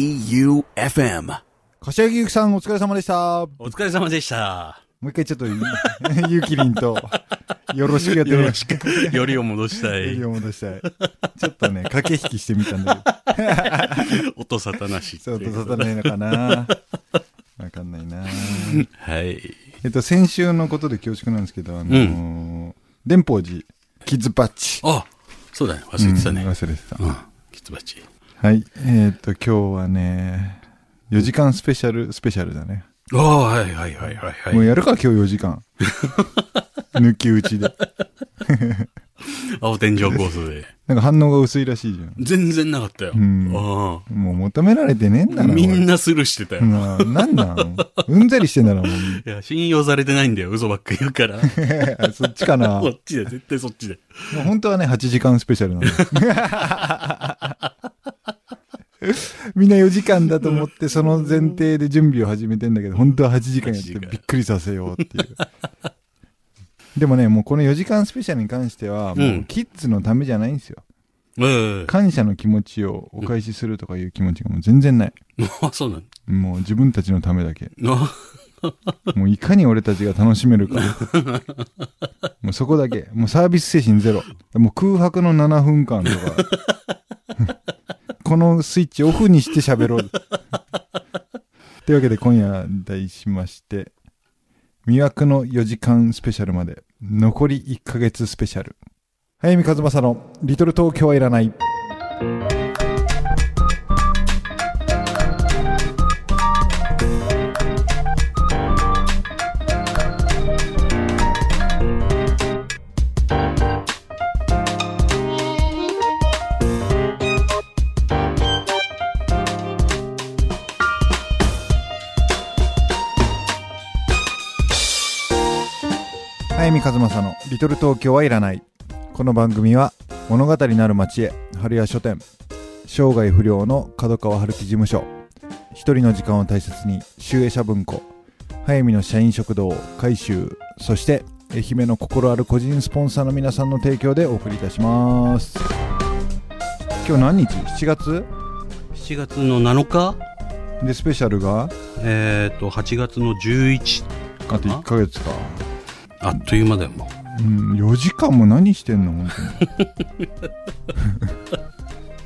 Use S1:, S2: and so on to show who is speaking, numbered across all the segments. S1: J-O-E-U-F-M
S2: 柏木由紀さんお疲れ様でした。も
S3: お疲れ様でした。
S2: う 一回ちょっと、ゆきりんと、よろしくやって
S3: よ
S2: み
S3: ろ
S2: ま
S3: し
S2: す。
S3: く。よりを戻したい。
S2: を戻したい。ちょっとね、駆け引きしてみたんだ け
S3: 音沙汰なしって
S2: ど、
S3: い
S2: ちょっ
S3: う
S2: と立たないの かなわかんないな
S3: はい。
S2: えっと、先週のことで恐縮なんですけど、あのー連邦寺、キッズパッチ。
S3: あ、そうだね。忘れてたね。
S2: うん忘れてた。
S3: うん。キツバチ。
S2: はい。えっと、今日はね、4時間スペシャル、スペシャルだね。
S3: ああ、はいはいはいはい
S2: も
S3: は
S2: う
S3: い。
S2: やるか、今日4時間。 抜き打ちで。
S3: 青天井コースで。
S2: なんか反応が薄いらしいじゃん。
S3: 全然なかったよ。
S2: ん
S3: あ
S2: もう求められてねえんだ
S3: あ
S2: な。
S3: みん
S2: な。
S3: なスルーしてたよ。い
S2: うんなんなんうんざりしてんだな、もう。
S3: や、信用されてないんだよ。嘘ばっか言う から。
S2: そっちかな。も
S3: こ
S2: う
S3: っちで、絶対そっちで。
S2: 本当はね、8時間スペシャルなの。 みんな4時間だと思って、その前提で準備を始めてんだけど、本当は8時間やっ
S3: 8
S2: て
S3: 時間
S2: びっくりさせようっていう。でもね、もうこの4時間スペシャルに関しては、もううんキッズのためじゃないんですよ。
S3: うん。
S2: 感謝の気持ちをお返しするとかいう気持ちがもう全然ない。
S3: あ、そうなん
S2: もう自分たちのためだけ。
S3: あ
S2: もういかに俺たちが楽しめるか。もうそこだけ。もうサービス精神ゼロ。もう空白の7分間とか。 このスイッチオフにして喋ろう。 というわけで今夜題しまして、魅惑の4時間スペシャルまで、残り1ヶ月スペシャル。早見和正のリトル東京はいらない。早見和正の「リトル東京はいらない」この番組は物語なる町へ春屋書店生涯不良の角川春樹事務所一人の時間を大切に集英社文庫早見の社員食堂改修そして愛媛の心ある個人スポンサーの皆さんの提供でお送りいたします今日何日 ?7 月
S3: 7月の7日
S2: でスペシャルが
S3: えっと、8月の11。
S2: あと1ヶ月か
S3: あっという間だよ、もう。
S2: うん、4時間も何してんの本当に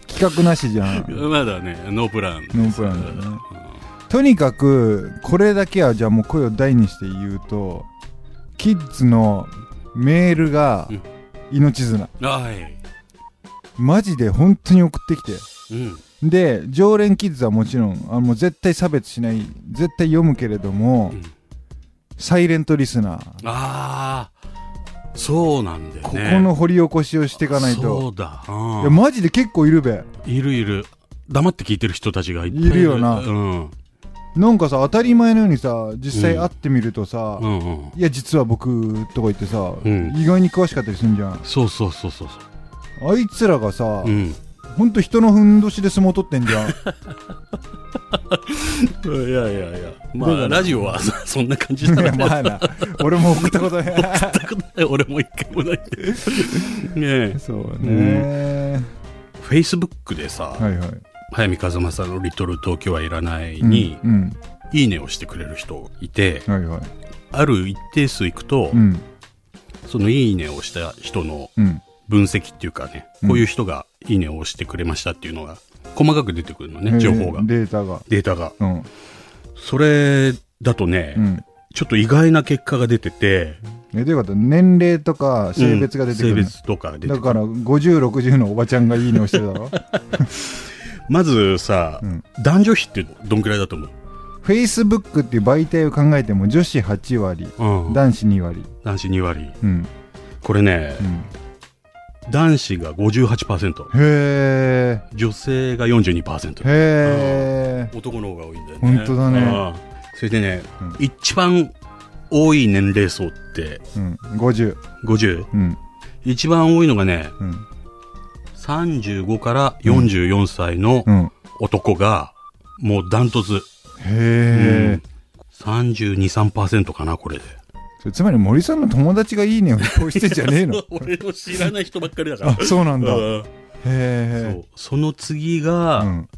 S2: 企画なしじゃん
S3: まだね、ノープラン。
S2: ノープランだねとにかくこれだけはじゃあもう声を大にして言うとキッズのメールが
S3: うん
S2: 命綱
S3: はい。
S2: マジで本当に送ってきて
S3: うん。
S2: で常連キッズはもちろんあもう絶対差別しない絶対読むけれども、
S3: うん
S2: サイレントリスナー
S3: ああ、そうなんだよね。
S2: ここの掘り起こしをしていかない
S3: そ
S2: と
S3: うだ。う
S2: い
S3: ん
S2: やマジで結構いるべ
S3: いるいる。黙って聞いてる人たちがいっぱいいる。
S2: いるよな
S3: うん。
S2: なんかさ当たり前のようにさ実際会ってみるとさ、
S3: うんうん。
S2: いや実は僕とか言ってさ、
S3: うん
S2: 意外に詳しかったりするんじゃん
S3: そうそうそうそう。
S2: あいつらがさ、
S3: うん。
S2: ほんと人のふんどしで相撲取って んじゃん
S3: いやいやいや。ま
S2: どうだろ
S3: あ、
S2: う
S3: ラジオ はそんな感じだ
S2: いや
S3: な。
S2: まあな俺も送ったことない
S3: 俺も一回も ない。ねえ。
S2: そうね、
S3: Facebook でさ、
S2: はいはい
S3: 早見和正のリトル東京はいらないに、
S2: うん、うん
S3: いいねをしてくれる人いて、
S2: はいはい
S3: ある一定数いくと、
S2: うん
S3: そのいいねをした人の
S2: うん
S3: 分析っていうかね、
S2: うん
S3: こういう人がいいねを押してくれましたっていうのが、細かく出てくるのね、情報が
S2: えー、データが
S3: データが。
S2: うん
S3: それだとね、
S2: うん
S3: ちょっと意外な結果が出てて、
S2: えどういうこと年齢とか性別が出てくるの、
S3: うん性別とかが出て
S2: だ
S3: くる。
S2: から5060のおばちゃんがいいねをしてる だろ
S3: まずさ、
S2: うん
S3: 男女比ってどんくらいだと思う、
S2: フェイスブックっていう媒体を考えても女子8割
S3: うん、
S2: 男子2割
S3: 男子2割。
S2: うん、
S3: これね
S2: う、ん、
S3: 男子が58%、
S2: へ
S3: 女性が42%
S2: え。へえ
S3: 男の方が多いんだよね。
S2: 本当だね
S3: うんそれでね、
S2: うん
S3: 一番多い年齢層って
S2: うん50
S3: 50。
S2: うん
S3: 一番多いのがね、
S2: うん
S3: 35から44歳の
S2: うん
S3: 男が、もうダントツ。
S2: へえ、
S3: 32、3%かな、これで。
S2: それつまり森さんの友達がいい ねを押してんじゃねえの
S3: 俺の知らない人ばっかりだか
S2: あ
S3: ら。
S2: そうなんだへ
S3: うんそ
S2: え
S3: うその次
S2: う
S3: が、
S2: ん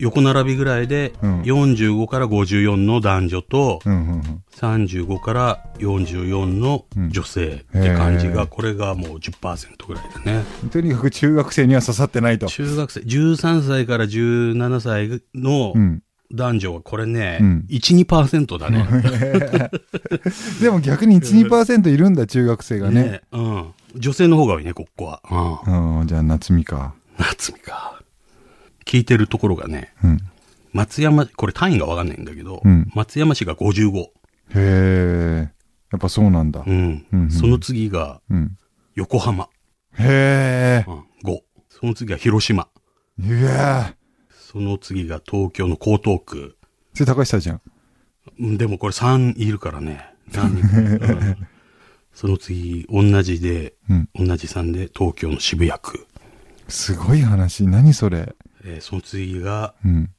S3: 横並びぐらいで、
S2: うん
S3: 45から54の男女と、
S2: うんうんうん。
S3: 35から44の女性って感じが、
S2: へー
S3: これがもう10%ぐらいだね。
S2: とにかく中学生には刺さってないと。
S3: 中学生、13歳から17歳の
S2: うん。
S3: 男女はこれね、
S2: うん
S3: 1、2%だね。
S2: でも逆に1、2%いるんだ、中学生がね。
S3: ねうん。女性の方が多いね、ここは。う
S2: うん、じゃあ夏美か。
S3: ん。夏美か。聞いてるところがね、
S2: うん。
S3: 松山、これ単位がわかんないんだけど、
S2: うん
S3: 松山市が55。
S2: へえ。やっぱそうなんだ
S3: う。ん。
S2: うんうん
S3: その次が
S2: うん。
S3: 横浜、
S2: へえ
S3: う。ん、5。その次が広島。
S2: いや
S3: その次が東京の江東区。
S2: ー。それ高橋さんじゃん。
S3: うんでもこれ3いるからね。何人かうんその次、同じで、
S2: うん。
S3: 同じ3で東京の渋谷区。
S2: すごい話。何それ。
S3: えーその次が、
S2: うん。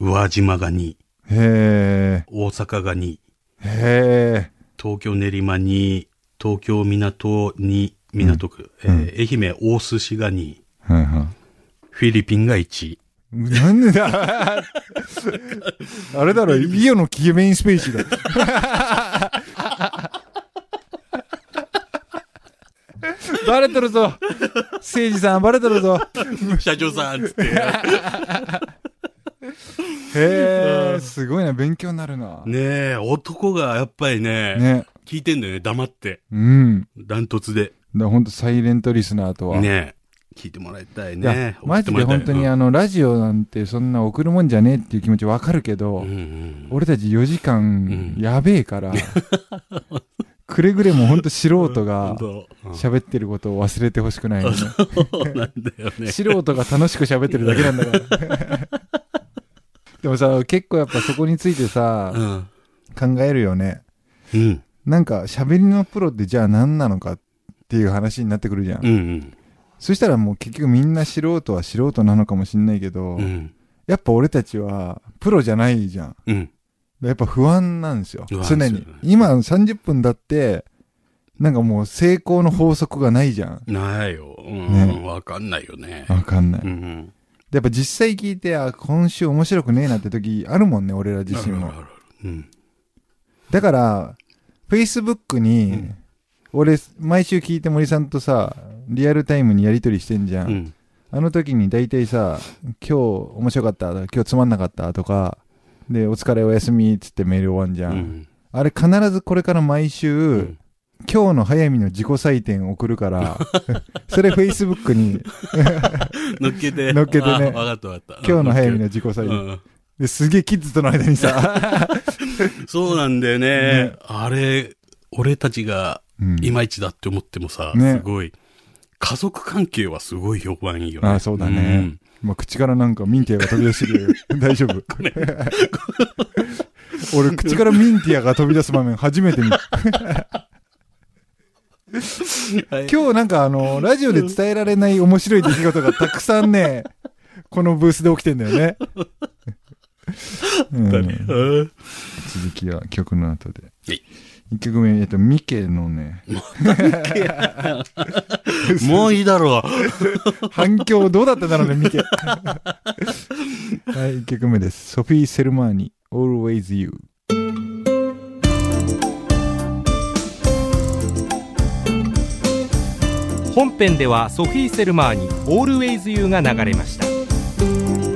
S3: 宇和島が2、
S2: へえ。
S3: 大阪が2、
S2: へえ。
S3: 東京練馬2、東京港2、港区、えー愛媛大寿司が2、
S2: はいは
S3: フィリピンが1。
S2: い。なんでだ あれだろ、イオのキメインスペースだ。 バレてるぞ。誠治さん、バレてるぞ。
S3: 社長さんっつって。
S2: へえ、すごいな、勉強になるな。ね。
S3: ねえ、男がやっぱりね、聞いてんだよね、黙って。
S2: うん。
S3: ダントツで。
S2: だからほんと、サイレントリスナーとは。
S3: ねえ、聞いてもらいたい
S2: い
S3: ね
S2: や。マジで本当に
S3: あ
S2: あの、ラジオなんてそんな送るもんじゃねえっていう気持ちわかるけど、
S3: うんうん
S2: 俺たち4時間
S3: うん
S2: やべ えから、くれぐれも本当素人
S3: 本
S2: が
S3: 当うん
S2: 喋ってることを忘れてほしくないのね、
S3: そうなんだよね。
S2: 素人が楽しく喋ってるだけなんだから でもさ結構やっぱそこについてさ
S3: う、ん。
S2: 考えるよね
S3: うん。
S2: なんか喋りのプロってじゃあ何なのかっていう話になってくるじゃん、
S3: うん
S2: そしたらもう結局みんな素人は素人なのかもしんないけど、
S3: うん。うん。
S2: やっぱ俺たちはプロじゃないじゃん
S3: うん。
S2: やっぱ不安なんですよ。
S3: 不安
S2: 常
S3: ですよ
S2: に
S3: ね。
S2: 今30分だって、なんかもう成功の法則がないじゃん。
S3: ないよ。う
S2: ね
S3: ん。わかんないよね。
S2: わかんない。
S3: う
S2: で
S3: んうん。
S2: やっぱ実際聞いて、あ、今週面白くねえなって時あるもんね、俺ら自
S3: あ
S2: 身
S3: るあ
S2: も
S3: る。あるうん。
S2: だから、Facebook
S3: う
S2: に
S3: ん、
S2: 俺、毎週聞いて森さんとさ、リアルタイムにやりとりしてんじゃ。
S3: うんん。
S2: あの時に大体さ、今日面白かった、今日つまんなかったとか、で、お疲れおやすみっつってメール終わんじ
S3: う
S2: ゃん。
S3: ん。
S2: あれ必ずこれから毎
S3: う
S2: 週
S3: ん、
S2: 今日の早見の自己採点送る から、それ Facebook に
S3: 乗っけて。
S2: 乗っけてね
S3: あわかったわかった。
S2: 今日の早見
S3: うん
S2: の自己採
S3: う
S2: 点。
S3: ん。
S2: ですげえキッズとの間にさ、
S3: そうなんだよね
S2: ね。
S3: あれ、俺たちが
S2: うん
S3: いまいちだって思ってもさ、
S2: ね
S3: すごい。家族関係はすごい評判いいよね。
S2: あそうだね。
S3: うん
S2: まあ、口からなんかミンティアが飛び出してるよ。大丈 夫。俺、口からミンティアが飛び出す場面初めて見た。
S3: はい
S2: 今日なんかあの、ラジオで伝えられない面白い出来事がたくさんね、このブースで起きてんだよね。うん
S3: うん
S2: 続きは曲の後で。
S3: はい
S2: 1曲目、えっと、ミケのね、
S3: もういいだろ
S2: 反響どうだったんだろうね、ミ ケ。はい、1曲目です。ソフィー・セルマーニ、Always You。
S4: 本編ではソフィー・セルマーに「オールウェイズ・ユー」が流れました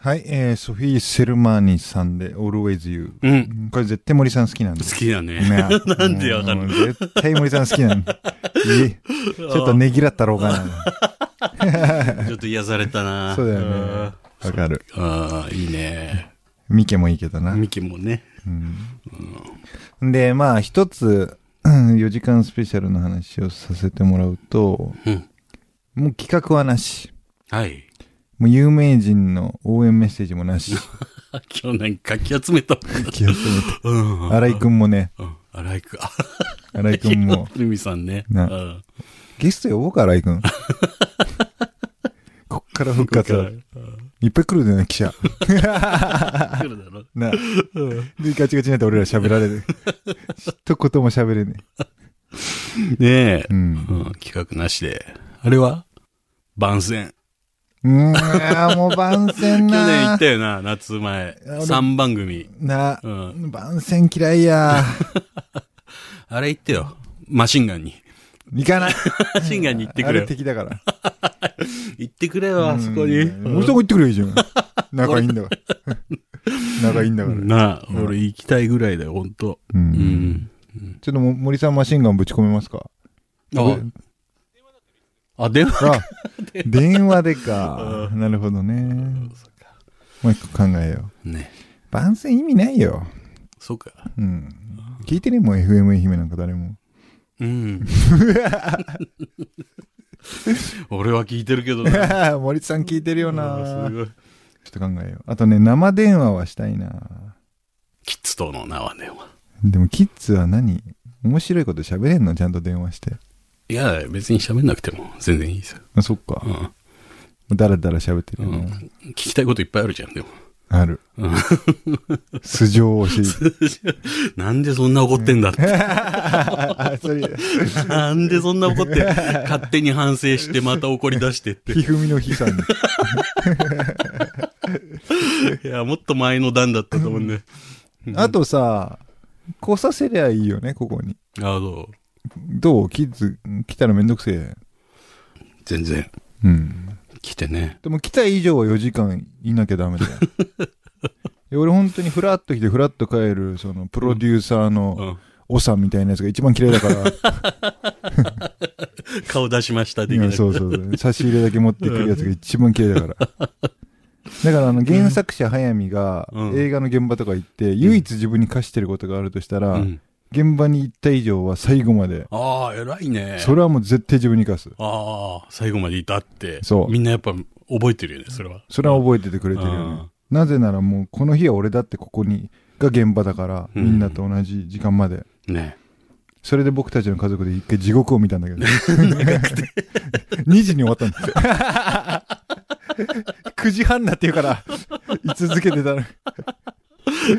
S2: はい、えー、ソフィー・セルマーニさんで、Always You。
S3: う。うん。
S2: これ絶対森さん好きなんで
S3: 好
S2: す。
S3: きだね。 な
S2: ね
S3: んでわかる
S2: もう絶対森さん好き なんだ。いえちょっとねぎらったろうか
S3: ちょっと癒された
S2: な。
S3: な。
S2: そうだよね。わかる。
S3: うん。ああ、いいね。
S2: ミケもいいけどな。
S3: ミキもね。
S2: で、まあ一つ、4時間スペシャルの話をさせてもらうと、
S3: うん。
S2: もう企画はなし。
S3: はい。
S2: もう有名人の応援メッセージもなし。
S3: 今日なんかかき集めた。
S2: 気をつ
S3: うん。
S2: 荒井くんもね、
S3: うん。荒井くん。あ、
S2: 荒井くん も。
S3: ルミさんね。
S2: ね
S3: うん。
S2: ゲスト呼ぼうか、荒井くん。こっから復活だ。
S3: うん
S2: いっぱい来るんだよね、記者。
S3: 来るだろ。
S2: な。で、ガチガチになって俺ら喋られる。一言も喋れね
S3: ねえ
S2: え。う、ん。
S3: うん。企画なしで。あれは番宣。
S2: うーん、もう番宣
S3: 去年行
S2: な
S3: ったよな、夏前。
S2: 俺
S3: 3番組。
S2: な
S3: う、ん。
S2: 番宣嫌いや。
S3: あれ行ってよ。マシンガンに。
S2: 行かない。
S3: マシンガンに行って
S2: あ
S3: くれ
S2: れ
S3: よ。
S2: 敵だから。
S3: 行ってくれよ、あそこに。
S2: うんもうそこ行ってくればいいじゃん。仲いいんだから。 仲いいんだから。
S3: なあ、俺行きたいぐらいだよ、ほんと。
S2: う。
S3: うんん。
S2: ちょっとも森さんマシンガンぶち込めますか
S3: あ、あ、電話
S2: あ、電話でか。なるほどね。もう一個考えよ
S3: ね。
S2: う。番宣意味ないよ。
S3: そうか。
S2: うん。聞いてね、もう FM 愛媛なんか誰も。
S3: うん。 俺は聞いてるけど な。
S2: 森さん聞いてるよ
S3: う
S2: なん
S3: すごい。
S2: ちょっと考えよう。あとね、生電話はしたいな
S3: キッズとの名は電話。
S2: でもキッズは何面白いこと喋れんのちゃんと電話して。
S3: いや、別に喋んなくても全然いいですよ。
S2: あ、そっか
S3: う。ん。
S2: だらだら喋ってるよ
S3: うん
S2: ね。
S3: 聞きたいこといっぱいあるじゃん、でも。
S2: ある。素性を教え
S3: なんでそんな怒ってんだ って。
S2: て。 それ、
S3: なんでそんな怒って、 勝手に反省してまた怒り出してって。
S2: ひふみの日さんに。
S3: いや、もっと前の段だったと思うんで。
S2: あとさ、来させりゃいいよね、ここに。
S3: ああ、そう。
S2: どうキッズ来たらめんどくせえ。
S3: 全然。
S2: うん。
S3: 来てね。
S2: でも来た以上は4時間いなきゃ ダメだよ。いや俺本当にフラッと来てフラッと帰る、そのプロデューサー
S3: う
S2: の
S3: ん。
S2: 長みたいなやつが一番嫌いだから、
S3: 顔出しました、でき
S2: い
S3: な
S2: やそうそうそう差し入れだけ持ってくるやつが一番嫌 いだから。だからあの原作者早見が
S3: うん
S2: 映画の現場とか行って、唯一自分に課してることがあるとしたら、
S3: うん。
S2: 現場に行った以上は最後まで、
S3: ああ、偉いね。
S2: それはもう絶対自分に課す。
S3: ああ、最後までいたって。
S2: そう
S3: みんなやっぱ覚えてるよね、それは。
S2: それは覚えててくれてるよね。なぜならもうこの日は俺だってここに、が現場だから、
S3: うん
S2: みんなと同じ時間まで。
S3: ね
S2: それで僕たちの家族で一回地獄を見たんだけど。2時に終わったんだ。9時 半だって言うから、居続けてたら。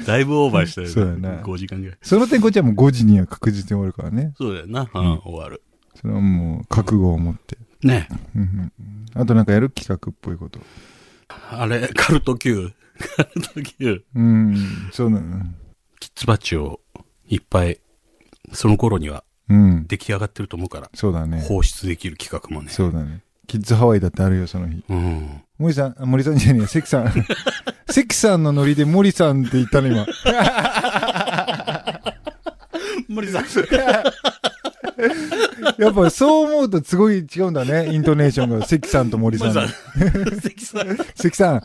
S3: だいぶオーバーしたよね。
S2: そうだね
S3: 5時間ぐらい。
S2: その点こっちはもう5時には確実に終わるからね。
S3: そうだよな。うん、終わる。
S2: それはもう覚悟を持って。
S3: ね
S2: うんうんあとなんかやる企画っぽいこと。
S3: あれ、カルト Q。カルト Q。
S2: うん、そうだね。
S3: キッズバッジをいっぱい、その頃には
S2: うん、
S3: 出来上がってると思うから、
S2: そうだね。
S3: 放出できる企画もね。
S2: そうだね。キッズハワイだってあるよ、その日。
S3: うん。
S2: 森さん、あ森さんじゃねえ、関 さん。関さんのノリで森さんって言ったの今。
S3: 無理さん。
S2: やっぱそう思うとすごい違うんだね、イントネーションが。関さんと森さん。
S3: 関さん。
S2: 関さん、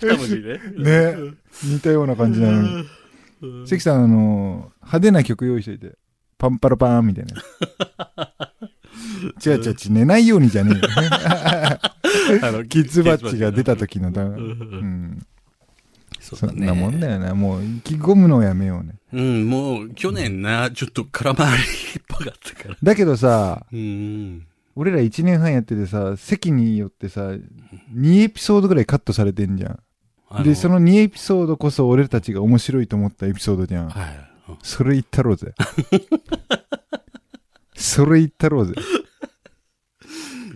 S3: 多分 ね。
S2: ね、似たような感じなのに。関さん、あの、派手な曲用意していて、パンパラパーンみたい な。違う違う違う、寝ないようにじゃねえよ。
S3: あの、
S2: キッズバッジが出
S3: た。
S2: た時のだ、うん、
S3: そ
S2: そ
S3: うんだ
S2: な
S3: ね。
S2: もんだよな。もう、意気込むのをやめようね。
S3: うん、もう、去年な、ちょっと空回りっぽかったから。
S2: だけどさ、
S3: うん。
S2: 俺ら1年半やっててさ、席によってさ、2エピソードぐらいカットされてんじゃん。
S3: あ
S2: で、その2エピソードこそ俺たちが面白いと思ったエピソードじゃん。
S3: はい。うん
S2: それ言ったろう ぜ。それ言ったろうぜ。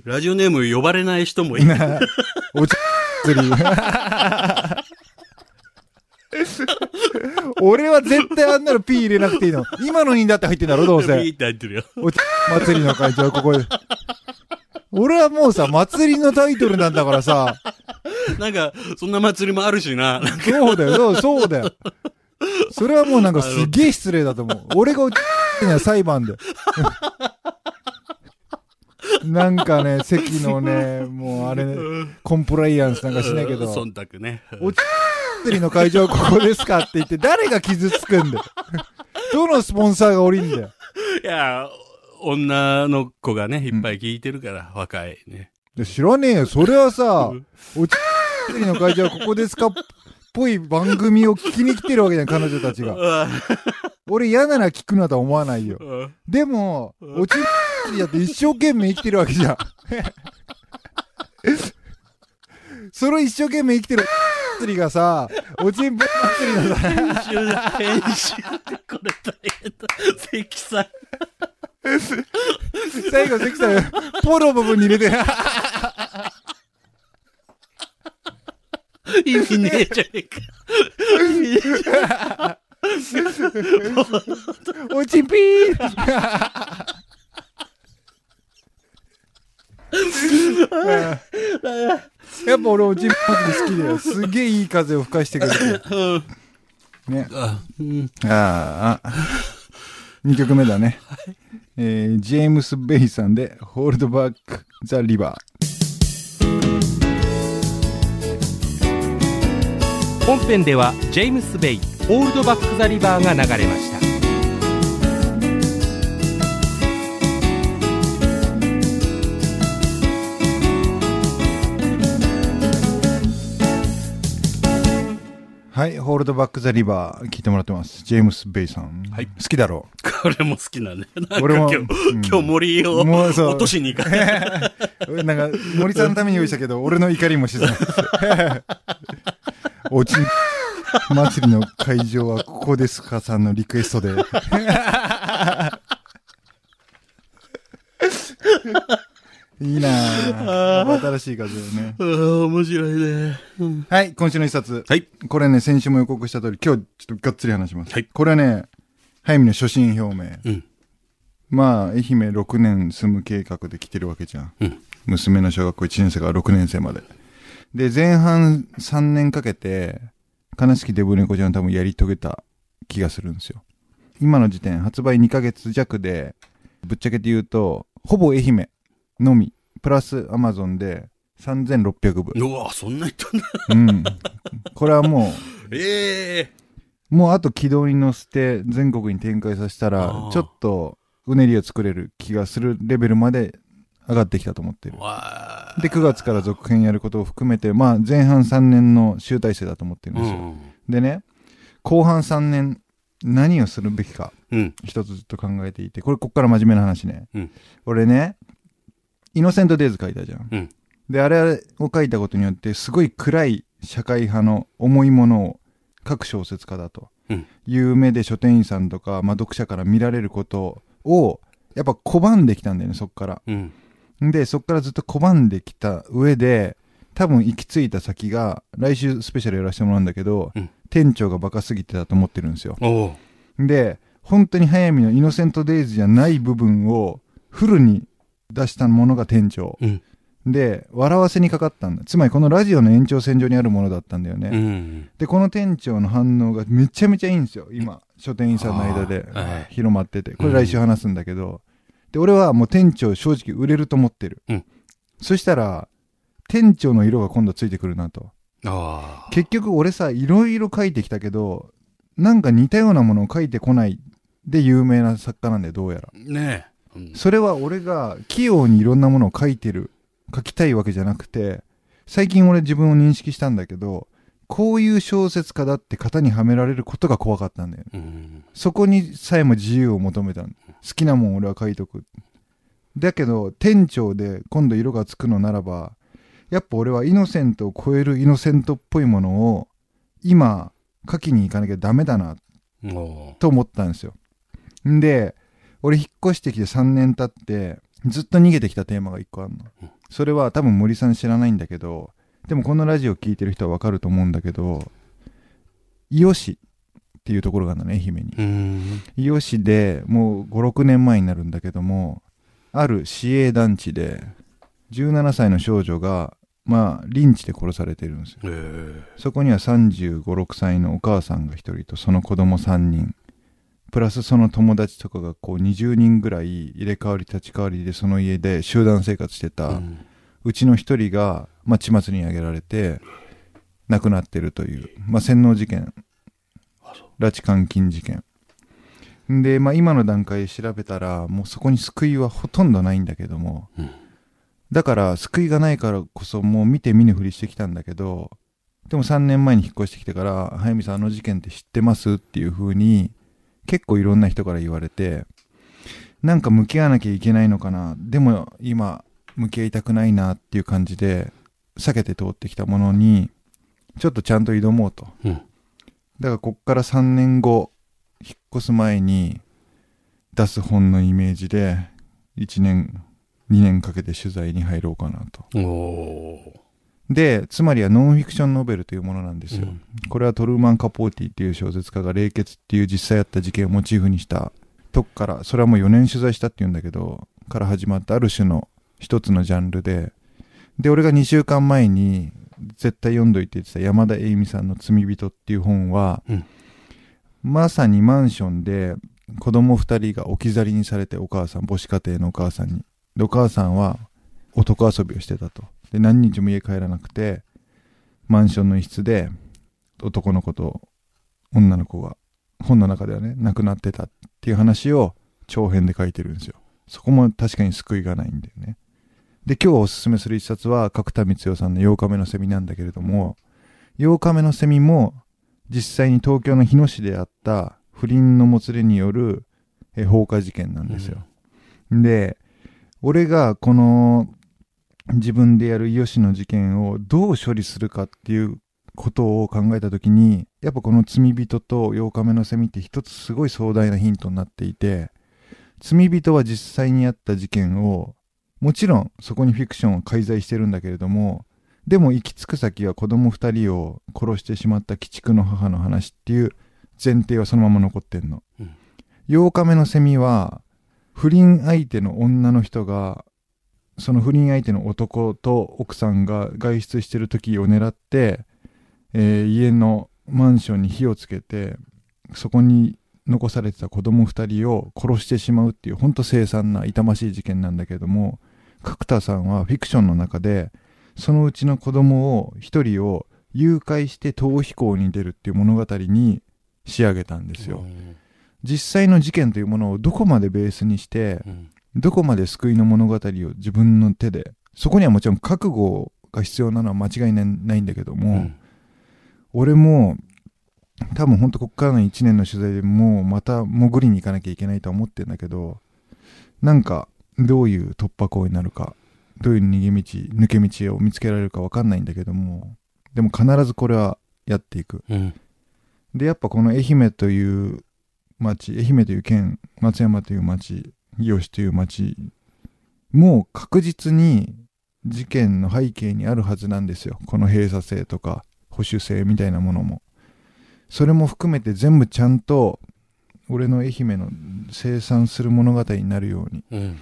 S3: ラジオネーム呼ばれない人もいる。
S2: おち釣 り。俺は絶対あんなの P 入れなくていいの。今のにだって入ってんだろ、どう
S3: ビ
S2: せ
S3: ー。って入ってるよ。
S2: お茶祭りの会長はここで。俺はもうさ、祭りのタイトルなんだからさ、
S3: なんか、そんな祭りもあるしな。
S2: そうだよ、 そうそうだよ。それはもうなんかすげえ失礼だと思う。 俺がお茶ってのは裁判 で。なんかね、席のね、もうあれ、コンプライアンスなんかしないけど、
S3: 忖度ね。
S2: お茶祭りの会場はここですかって言って、誰が傷つくん だよ。どのスポンサーが降りんだよ。
S3: いや、女の子がね、いっぱい聞いてるから、若いね。
S2: いや知らねえよ。それはさ、おち祭りの会場はここですかっぽい番組を聞きに来てるわけじゃん、彼女たちが。俺嫌なら聞くなとは思わないよ。
S3: うん
S2: でも、おち祭りだって一生懸命生きてるわけじゃん。それを一生懸命生きてる釣りがさ、おちんぽ祭りのさ、
S3: 編集だ、編集だ。これ大変だ。関さん。
S2: 最後関さん、ポロ部分に入れて、
S3: 意味ねえじゃねえか。意味ねえじゃね
S2: おちんぴーやっぱ俺おちんぽ祭り好きだよ。すげえいい風を吹かしてくれて。ね。
S3: えか。うん。
S2: あーあ。2曲目だね。えージェームス・ベイさんで、ホールドバック・ザ・リバ
S4: 本編ではジェームス・ベイ「オールドバック・ザ・リバー」が流れました
S2: ー。はい、ホールドバック・ザ・リバー、聞いてもらってます。ジェームス・ベイさん。
S3: はい
S2: 好きだろ
S3: これも好きなんだよ。なんか
S2: 俺も
S3: 今日、
S2: うん
S3: 今日森を
S2: もうそう
S3: 落としに行かない。
S2: う。なんか、森さんのために用意したけど、俺の怒りも静かです。おちん、祭りの会場はここですかさんのリクエストで。いいなぁ。新しい風よね。
S3: うん面白いね。うん
S2: はい、今週の一冊。
S3: はい。
S2: これね、先週も予告した通り、今日ちょっとがっつり話します。
S3: はい
S2: これはね、早見の初心表明。
S3: うん。
S2: まあ、愛媛6年住む計画で来てるわけじゃん。
S3: うん。
S2: 娘の小学校1年生から6年生まで。で、前半3年かけて、悲しきデブ猫ちゃん多分やり遂げた気がするんですよ。今の時点、発売2ヶ月弱で、ぶっちゃけて言うと、ほぼ愛媛のみ、プラスアマゾンで3600部。
S3: うわ、そんな人な。
S2: うん。これはも
S3: ええ
S2: う、もうあと軌道に乗せて全国に展開させた
S3: あ
S2: ら
S3: ー、
S2: ちょっとうねりを作れる気がするレベルまで上がってきたと思ってる。
S3: わあ
S2: で、9月から続編やることを含めて、まあ、前半3年の集大成だと思ってるん
S3: う
S2: ですよ。
S3: ん。
S2: でね、後半3年、何をするべきか、
S3: うん。
S2: 一つずっと考えていて、これ、こっから真面目な話ね。
S3: うん
S2: 俺ね、イノセントデイズ書いたじゃん。
S3: うん
S2: で、あれを書いたことによって、すごい暗い社会派の重いものを書く小説家だと。
S3: うん
S2: 有名で書店員さんとか、まあ、読者から見られることを、やっぱ拒んできたんだよね、そっから。
S3: うん。
S2: で、そこからずっと拒んできた上で、多分行き着いた先が、来週スペシャルやらせてもらうんだけど、
S3: うん
S2: 店長がバカすぎてたと思ってるんですよ。
S3: おう
S2: で、本当に早見のイノセントデイズじゃない部分をフルに出したものが店長。
S3: うん
S2: で、笑わせにかかったんだ。つまりこのラジオの延長線上にあるものだったんだよね。
S3: うん。
S2: で、この店長の反応がめちゃめちゃいいんですよ。今、書店員さんの間で
S3: あーはい
S2: 広まってて。これ来週話すんだけど。で、俺はもう店長正直売れると思ってる。
S3: うん
S2: そしたら、店長の色が今度ついてくるなと。
S3: ああ。
S2: 結局俺さ、いろいろ書いてきたけど、なんか似たようなものを書いてこないで有名な作家なんでどうやら。
S3: ねえ。うん
S2: それは俺が器用にいろんなものを書いてる書きたいわけじゃなくて最近俺自分を認識したんだけどこういう小説家だって型にはめられることが怖かったんだよね
S3: うん。
S2: そこにさえも自由を求めたの好きなもん俺は書いとくだけど店長で今度色がつくのならばやっぱ俺はイノセントを超えるイノセントっぽいものを今書きに行かなきゃダメだな
S3: おう
S2: と思ったんですよ。んで、俺引っ越してきて3年経って、ずっと逃げてきたテーマが1個あるの
S3: うん。
S2: それは多分森さん知らないんだけど、でもこのラジオ聞いてる人はわかると思うんだけど、伊予市っていうところがあるのね、愛媛に。
S3: うん。
S2: 伊予市でもう5、6年前になるんだけども、ある市営団地で、17歳の少女が、まあ、リンチで殺されてるんですよ。
S3: ええ。
S2: そこには35、6歳のお母さんが1人とその子供3人、プラスその友達とかがこう20人ぐらい入れ替わり立ち替わりでその家で集団生活して
S3: う
S2: た
S3: ん
S2: うちの1人が、まあ、血祭りに挙げられて亡くなってるという、まあ、洗脳事件、拉致監禁事件。で、まあ、今の段階で調べたら、もうそこに救いはほとんどないんだけども、
S3: うん
S2: だから救いがないからこそもう見て見ぬふりしてきたんだけど、でも3年前に引っ越してきてから、早見さんあの事件って知ってますっていう風に、結構いろんな人から言われて、なんか向き合わなきゃいけないのかな、でも今、向き合いたくないなっていう感じで、避けて通ってきたものに、ちょっとちゃんと挑もうと。
S3: うん。
S2: だからこっから3年後、引っ越す前に出す本のイメージで、1年、2年かけて取材に入ろうかなと。
S3: おお
S2: で、つまりはノンフィクションノベルというものなんです
S3: ー。
S2: よ。これはトルーマン・カポーティっていう小説家が冷血っていう実際あった事件をモチーフにしたとこからそれはもう4年取材したっていうんだけどから始まったある種の一つのジャンルでで俺が2週間前に絶対読んどいて言ってた山田栄美さんの「罪人」っていう本は、
S3: うん
S2: まさにマンションで子供2人が置き去りにされてお母さん母子家庭のお母さんにでお母さんは男遊びをしてたとで何日も家帰らなくてマンションの一室で男の子と女の子が本の中ではね亡くなってたっていう話を長編で書いてるんですよそこも確かに救いがないんだよねで今日おすすめする一冊は角田光代さんの8日目のセミなんだけれども8日目のセミも実際に東京の日野市であった不倫のもつれによるえ放火事件なんですよ、で俺がこの自分でやる吉の事件をどう処理するかっていうことを考えた時にやっぱこの「罪人」と「8日目のセミ」って一つすごい壮大なヒントになっていて罪人は実際にあった事件をもちろんそこにフィクションを介在してるんだけれどもでも行き着く先は子供2人を殺してしまった鬼畜の母の話っていう前提はそのまま残ってんの、
S3: うん
S2: 8日目のセミは不倫相手の女の人がその不倫相手の男と奥さんが外出してる時を狙ってえー家のマンションに火をつけてそこに残されてた子供2人を殺してしまうっていうほんと凄惨な痛ましい事件なんだけども角田さんはフィクションの中でそのうちの子供を1人を誘拐して逃避行に出るっていう物語に仕上げたんですよ、
S3: うん
S2: 実際の事件というものをどこまでベースにして
S3: うん
S2: どこまで救いの物語を自分の手でそこにはもちろん覚悟が必要なのは間違いなないんだけども、
S3: うん
S2: 俺も多分ほんとこっからの1年の取材でもうまた潜りに行かなきゃいけないとは思ってんだけどなんかどういう突破口になるかどういう逃げ道抜け道を見つけられるか分かんないんだけどもでも必ずこれはやっていく
S3: うん
S2: でやっぱこの愛媛という町愛媛という県松山という町伊しという町もう確実に事件の背景にあるはずなんですよこの閉鎖性とか保守性みたいなものもそれも含めて全部ちゃんと俺の愛媛の生産する物語になるように
S3: うん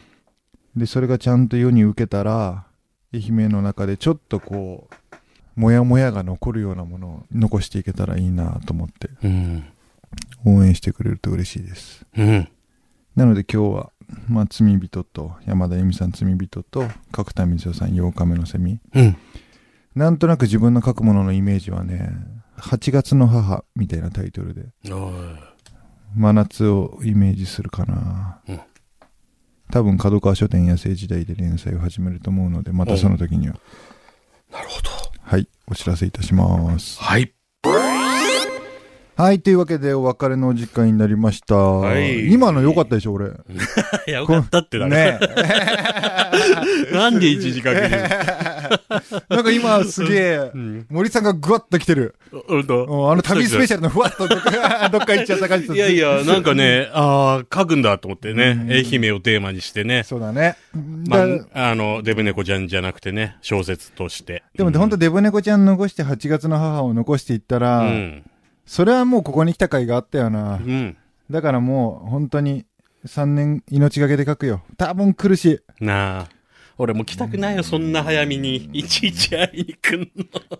S2: でそれがちゃんと世に受けたら愛媛の中でちょっとこうモヤモヤが残るようなものを残していけたらいいなと思って
S3: うん
S2: 応援してくれると嬉しいです
S3: うん
S2: なので今日は、まあ、罪人と山田由美さん罪人と角田光代さん8日目のセミ
S3: うん
S2: なんとなく自分の書くもののイメージはね8月の母みたいなタイトルで
S3: おい
S2: 真夏をイメージするかな、
S3: うん
S2: 多分角川書店野生時代で連載を始めると思うのでまたその時には、
S3: なるほど
S2: はいお知らせいたします
S3: はい
S2: はいというわけでお別れのお時間になりました、
S3: い
S2: 今の良かったでしょ俺
S3: いやよかったってだね
S2: ねえ
S3: なんで一時間切れ
S2: なんか今すげえ、森さんがぐわっと来てる。
S3: るほんと
S2: うんあの旅スペシャルのふわっとどっか どっか行っちゃった感じと
S3: いやい。や、なんかね、ああ、書くんだと思ってね、愛媛をテーマにしてね、
S2: そうだね。
S3: ま
S2: だ
S3: あ、あの、デブ猫ちゃんじゃなくてね、小説として。
S2: でも
S3: うん
S2: 本当デブ猫ちゃん残して8月の母を残していったら、
S3: うん。
S2: それはもうここに来た甲斐があったよな
S3: う。ん。
S2: だからもう本当に3年命がけで書くよ。多分苦しい。
S3: なあ。俺もう来たくないよ、そんな早めに。いちいち会いに来ん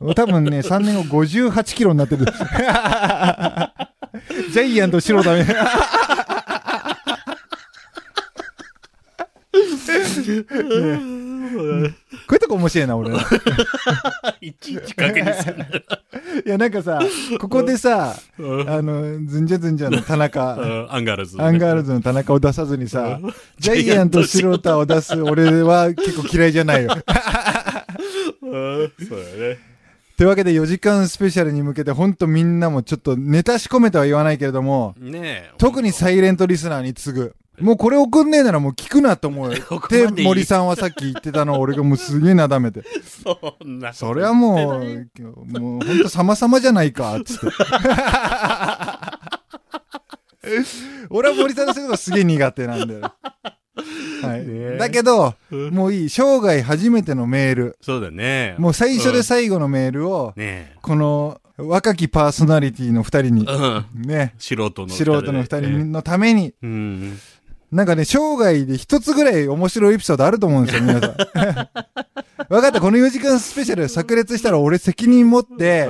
S3: の。
S2: 多分ね、3年後58キロになってる。 ジャイアント白だね。こういうとこ面白いな、俺。い
S3: いちいち確認するな。
S2: や、なんかさ、ここでさ、
S3: うん
S2: あの、ずんじゃずんじゃの田中、
S3: アンガールズ、
S2: アンガールズの田中を出さずにさ
S3: う、
S2: ジャイアント白田を出す俺は結構嫌いじゃないよ。
S3: うんそうだね。
S2: というわけで4時間スペシャルに向けて、ほんとみんなもちょっとネタ仕込めとは言わないけれども、
S3: ねえ。
S2: 特にサイレントリスナーに次ぐ。もうこれ送んねえならもう聞くなと 思うよ
S3: こ。までい
S2: で
S3: い
S2: 森さんはさっき言ってたのを俺がもうすげえなだめて。
S3: そんな。
S2: それはもう、もうほんと様々じゃないか、つって。俺は森さんのそういうのがすげえ苦手なんだよ。はい
S3: ねえ
S2: だけど、
S3: うん
S2: もういい。生涯初めてのメール。
S3: そうだね。
S2: もう最初で最後のメールを、
S3: ね
S2: この若きパーソナリティの二人に
S3: え。、うん。
S2: ね、
S3: 素人の
S2: 素人の二人のために、
S3: うん。
S2: なんかね、生涯で一つぐらい面白いエピソードあると思うんですよ、皆さん。 分かった、この4時間スペシャル炸裂したら俺責任持って、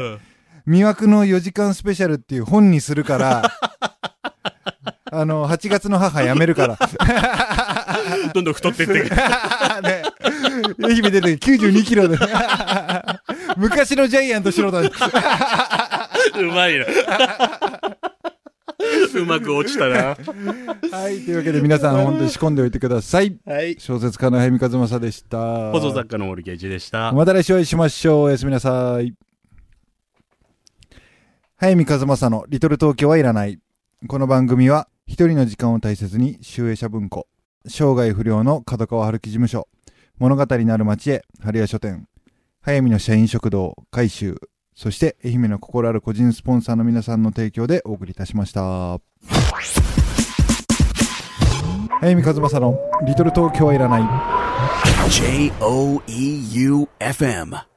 S2: 魅惑の4時間スペシャルっていう本にする から、あの、8月の母やめるから。
S3: どんどん太ってって。
S2: ね、愛媛出て92キロで。 昔のジャイアント白田。
S3: うまいな。うまく落ちたな。
S2: はい、というわけで皆さん本当に仕込んでおいてください。
S3: はい。
S2: 小説家の早見和正でした。
S3: 放送作家の森圭一でした。
S2: また来週お会いしましょう。おやすみなさい。早見和正のリトル東京はいらない。この番組は、一人の時間を大切に、集英社文庫、生涯不良の角川春樹事務所、物語なる町へ、春屋書店、早見の社員食堂、改修、そして愛媛の心ある個人スポンサーの皆さんの提供でお送りいたしました。早見和正のリトル東京はいらない。
S1: J O E U F M.